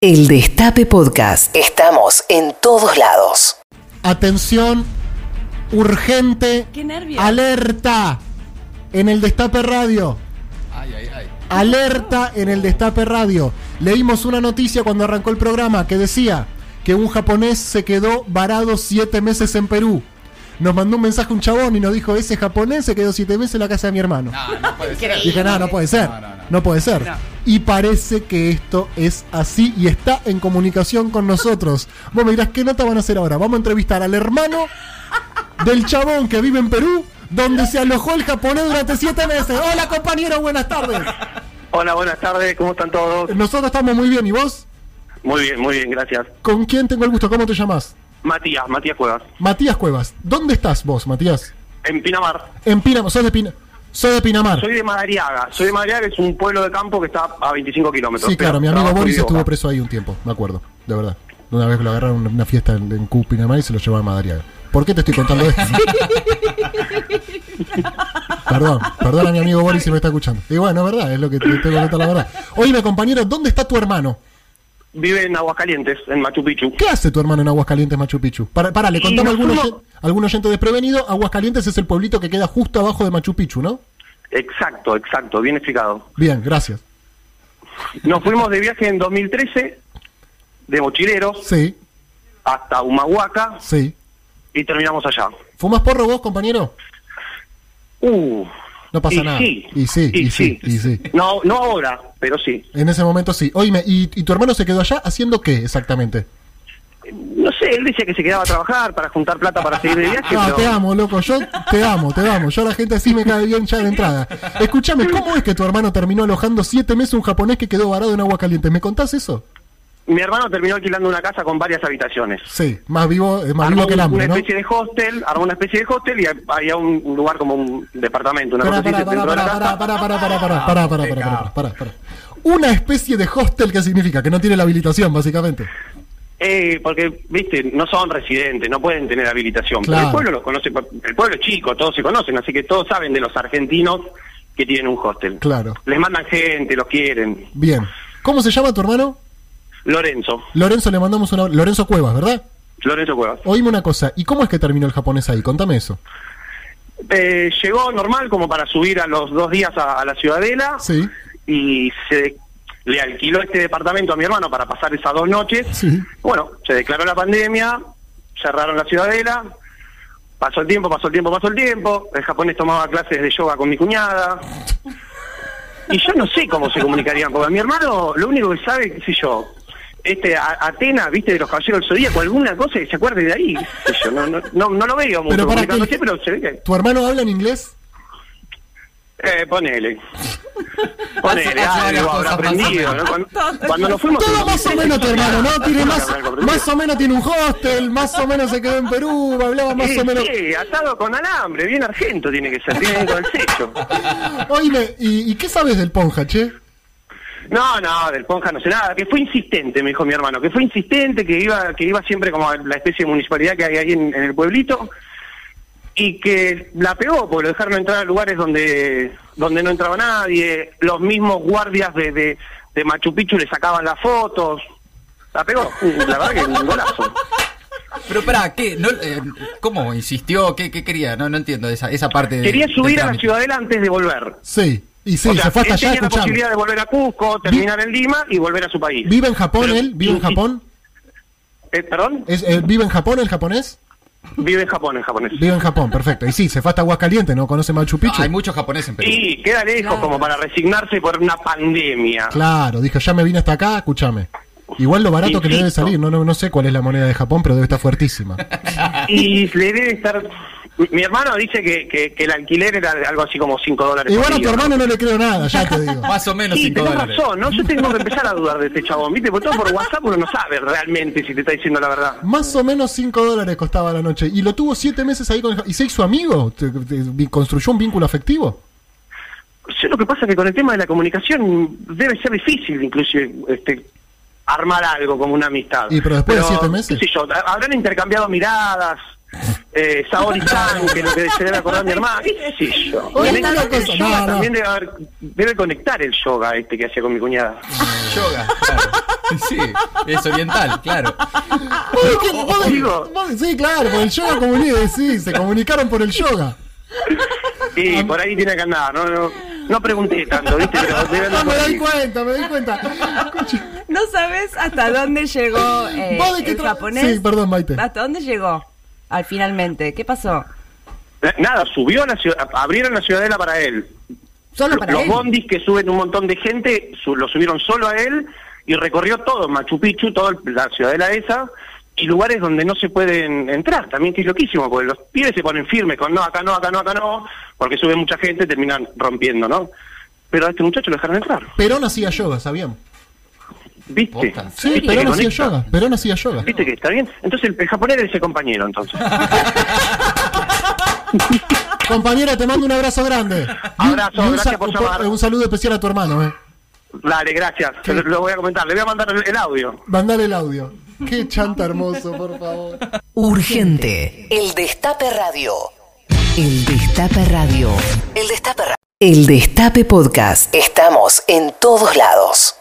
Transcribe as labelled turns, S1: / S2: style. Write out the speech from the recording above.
S1: El Destape Podcast. Estamos en todos lados.
S2: Atención, urgente,
S3: Qué nervios.
S2: alerta en el Destape Radio. Alerta en el Destape Radio. Leímos una noticia cuando arrancó el programa que decía que un japonés se quedó varado siete meses en Perú. Nos mandó un mensaje un chabón y nos dijo, ese japonés se quedó siete meses en la casa de mi hermano. Dije, no, no puede ser. No, puede ser. Y parece que esto es así y está en comunicación con nosotros. Vos me dirás, ¿qué nota van a hacer ahora? Vamos a entrevistar al hermano del chabón que vive en Perú, donde se alojó el japonés durante siete meses. Hola, compañero, buenas tardes.
S4: Hola, buenas tardes, ¿cómo están todos?
S2: Nosotros estamos muy bien, ¿y vos?
S4: Muy bien, muy bien, gracias.
S2: ¿Con quién tengo el gusto? ¿Cómo te llamas?
S4: Matías, Matías Cuevas,
S2: Matías Cuevas. ¿Dónde estás vos, Matías?
S4: en Pinamar.
S2: En Pinamar. ¿Sos de, Pina- sos de Pinamar?
S4: Soy de Madariaga, soy de Madariaga, que es un pueblo de campo que está a 25 kilómetros.
S2: Sí, claro,
S4: Pero
S2: mi amigo
S4: trabajo
S2: Boris
S4: y
S2: estuvo
S4: yoga.
S2: preso ahí un tiempo, me acuerdo, de verdad. Una vez lo agarraron en una fiesta en, en Cu- Pinamar y se lo llevaron a Madariaga. ¿Por qué te estoy contando esto? perdón, perdón a mi amigo Boris si me está escuchando. Y bueno, es verdad, es lo que te tengo que contar la verdad. Oye, compañero, ¿dónde está tu hermano?
S4: Vive en Aguascalientes, en Machu Picchu.
S2: ¿Qué hace tu hermano en Aguascalientes, Machu Picchu? Para, para le
S4: Y
S2: contamos a algún,
S4: nosotros-
S2: oyen- algún oyente desprevenido. Aguascalientes es el pueblito que queda justo abajo de Machu Picchu, ¿no?
S4: Exacto, exacto, bien explicado.
S2: Bien, gracias.
S4: Nos fuimos de viaje en 2013, de mochileros,
S2: Sí,
S4: hasta Humahuaca
S2: sí.
S4: y terminamos allá.
S2: ¿Fumas porro vos, compañero?
S4: Uh,
S2: No pasa
S4: y
S2: nada.
S4: Sí,
S2: Y sí, y sí, y sí.
S4: No, no ahora, pero sí.
S2: En ese momento sí. Oíme, ¿y, y tu hermano se quedó allá haciendo qué exactamente?
S4: Ah, No sé, él decía que se quedaba a trabajar para juntar plata para seguir de viaje.
S2: Ah,
S4: pero-
S2: te amo, loco. Yo te amo, te amo. Yo la gente así me cae bien ya de entrada. Escúchame, ¿cómo es que tu hermano terminó alojando siete meses un japonés que quedó varado en agua caliente? ¿Me contás eso?
S4: Mi hermano terminó alquilando una casa con varias habitaciones.
S2: Sí, más vivo, eh, más
S4: Armó
S2: vivo que el
S4: un- una
S2: hambre, ¿no?
S4: especie de hostel, armó una especie de hostel y había un un lugar como un departamento, una
S2: Pará,
S4: cosa
S2: pará,
S4: así,
S2: pará,
S4: dentro de la
S2: pará, pará,
S4: casa.
S2: pará, pará, pará, pará, pará, pará, pará, pará, pará. Una especie de hostel, ¿qué significa? Que no tiene la habilitación, básicamente.
S4: Eh, porque, viste, no son residentes, no pueden tener habilitación.
S2: Claro.
S4: Pero el pueblo los conoce, el pueblo es chico, todos se conocen, así que todos saben de los argentinos que tienen un hostel.
S2: Claro.
S4: Les mandan gente, los quieren.
S2: Bien. ¿Cómo se llama tu hermano?
S4: Lorenzo,
S2: Lorenzo, le mandamos una... Lorenzo Cuevas, ¿verdad?
S4: Lorenzo Cuevas.
S2: Oíme una cosa, ¿y cómo es que terminó el japonés ahí? Contame eso.
S4: Eh, llegó normal como para subir a los dos días a, a la ciudadela
S2: Sí.
S4: y se le alquiló este departamento a mi hermano para pasar esas dos noches.
S2: Sí.
S4: Bueno, se declaró la pandemia, cerraron la ciudadela, pasó el tiempo, pasó el tiempo, pasó el tiempo, el japonés tomaba clases de yoga con mi cuñada. Y yo no sé cómo se comunicarían, porque mi hermano lo único que sabe, qué sé yo, este a- Atena, viste, de los caballeros del Zodíaco, alguna cosa que se acuerde de ahí. qué sé yo, no, no, no, no lo veo mucho
S2: Pero para que-
S4: comunicándose, pero se ve que...
S2: ¿Tu hermano habla en inglés?
S4: Eh, ponele. Ponele,
S5: Hace- hace varias
S4: algo habrá
S5: cosas,
S4: aprendido. ¿no? Cuando, cuando nos fuimos...
S2: Todo más o menos tu hermano, ¿no? Tiene más,
S4: Algo aprendido.
S2: más o menos tiene un hostel, más o menos se quedó en Perú, hablaba más
S4: Sí,
S2: o menos.
S4: sí, atado con alambre, bien argento tiene que ser, bien con el sello.
S2: Oíme, ¿y, y qué sabes del Ponja, che?
S4: No, no, del Ponja no sé nada, que fue insistente, me dijo mi hermano, que fue insistente, que iba, que iba siempre como a la especie de municipalidad que hay ahí en, en el pueblito, y que la pegó, porque lo dejaron entrar a lugares donde, donde no entraba nadie, los mismos guardias de, de, de Machu Picchu le sacaban las fotos, la pegó, la verdad que un golazo.
S5: Pero pará, ¿qué? No, eh, ¿Cómo insistió? ¿Qué, qué quería? No, no entiendo esa, esa parte de-
S4: Quería
S5: del
S4: subir a la
S5: trámite.
S4: ciudadela antes de volver.
S2: Sí, y sí,
S4: o sea,
S2: se fue hasta
S4: él
S2: allá,
S4: tenía la
S2: escuchame.
S4: posibilidad de volver a Cusco, terminar en Lima y volver a su país.
S2: ¿Vive en Japón
S4: Pero-
S2: él? ¿Vive en
S4: sí, sí.
S2: Japón?
S4: Eh, ¿Perdón?
S2: ¿Es, eh, ¿Vive en Japón el japonés?
S4: Vive en Japón, en japonés.
S2: Vive en Japón, perfecto. Y sí, se fue hasta Aguascalientes, ¿no? ¿Conoce Machu
S5: Ah,
S2: Picchu?
S5: hay muchos japoneses en Perú.
S4: Sí, queda lejos como para resignarse por una pandemia.
S2: Claro, dijo, ya me vine hasta acá, escúchame. Igual lo barato que le debe
S4: Insisto.
S2: salir, no, no, no sé cuál es la moneda de Japón, pero debe estar fuertísima.
S4: Y le debe estar... Mi- Mi hermano dice que, que- que el alquiler era de algo así como 5 dólares.
S2: Igual
S4: por
S2: a tu
S4: día.
S2: hermano no le creo nada, ya te digo.
S5: Más o menos
S4: Sí,
S5: cinco
S4: tenés
S5: dólares.
S4: razón, ¿no? Yo tengo que empezar a dudar de este chabón, ¿viste? Porque todo por WhatsApp uno no sabe realmente si te está diciendo la verdad.
S2: Más o menos 5 dólares costaba la noche. Y lo tuvo 7 meses ahí con el... ¿Y se hizo amigo? ¿Te- te- vi- ¿Construyó un vínculo afectivo?
S4: Yo lo que pasa es que con el tema de la comunicación debe ser difícil, inclusive, este, armar algo como una amistad.
S2: Y, pero después de siete meses.
S4: qué sé yo, ha- habrán intercambiado miradas, eh, sabor y Chan, que lo que se debe acordar mi hermana, qué sé yo.
S2: Hoy
S4: Y en
S2: está
S4: el-
S2: loco
S4: el
S2: eso.
S4: yoga
S2: No, no.
S4: También debe, haber- debe conectar el yoga este que hacía con mi cuñada.
S5: Yoga, claro. Sí, es oriental, claro.
S2: Vos decís que- vos decís-
S4: Digo.
S2: vos decís, sí, claro, por el yoga comunica, sí, se comunicaron por el yoga.
S4: Y
S2: Ah.
S4: por ahí tiene que andar, no, no, no pregunté tanto, ¿viste? Pero debe
S2: No,
S4: andar
S2: Ah, me
S4: por
S2: doy
S4: ahí.
S2: cuenta, me doy cuenta.
S3: No sabes hasta dónde llegó eh,
S2: ¿Vos de qué
S3: el
S2: tra-
S3: japonés.
S2: Sí, perdón, Maite.
S3: ¿Hasta dónde llegó? Al finalmente, ¿qué pasó?
S4: Nada, subió a la ciudad, abrieron la ciudadela para él.
S3: Solo
S4: Lo-
S3: para
S4: los
S3: él.
S4: bondis que suben un montón de gente su- lo subieron solo a él y recorrió todo Machu Picchu, toda el- la ciudadela esa y lugares donde no se pueden entrar, también que es loquísimo, porque los pibes se ponen firmes con no, acá no, acá no, acá no, porque sube mucha gente, terminan rompiendo, ¿no? Pero a este muchacho lo dejaron entrar,
S2: Perón hacía yoga, sabían.
S4: ¿viste?
S5: Posta.
S2: Sí,
S4: ¿Viste que
S2: Perón hacía
S4: conecta?
S2: yoga. Perón hacía yoga.
S4: ¿Viste que está bien? Entonces el, el japonés es ese compañero, entonces.
S2: Compañera, te mando un abrazo grande. Y un-
S4: Abrazo,
S2: y un,
S4: gracias
S2: sa-
S4: por llamar.
S2: un saludo especial a tu hermano, eh.
S4: Dale, gracias,
S2: Sí.
S4: lo, lo voy a comentar, le voy a mandar el- el audio.
S2: Mandale el audio. Qué chanta hermoso, por favor.
S1: Urgente. El Destape Radio. El Destape Radio. El Destape Radio. El Destape Podcast. Estamos en todos lados.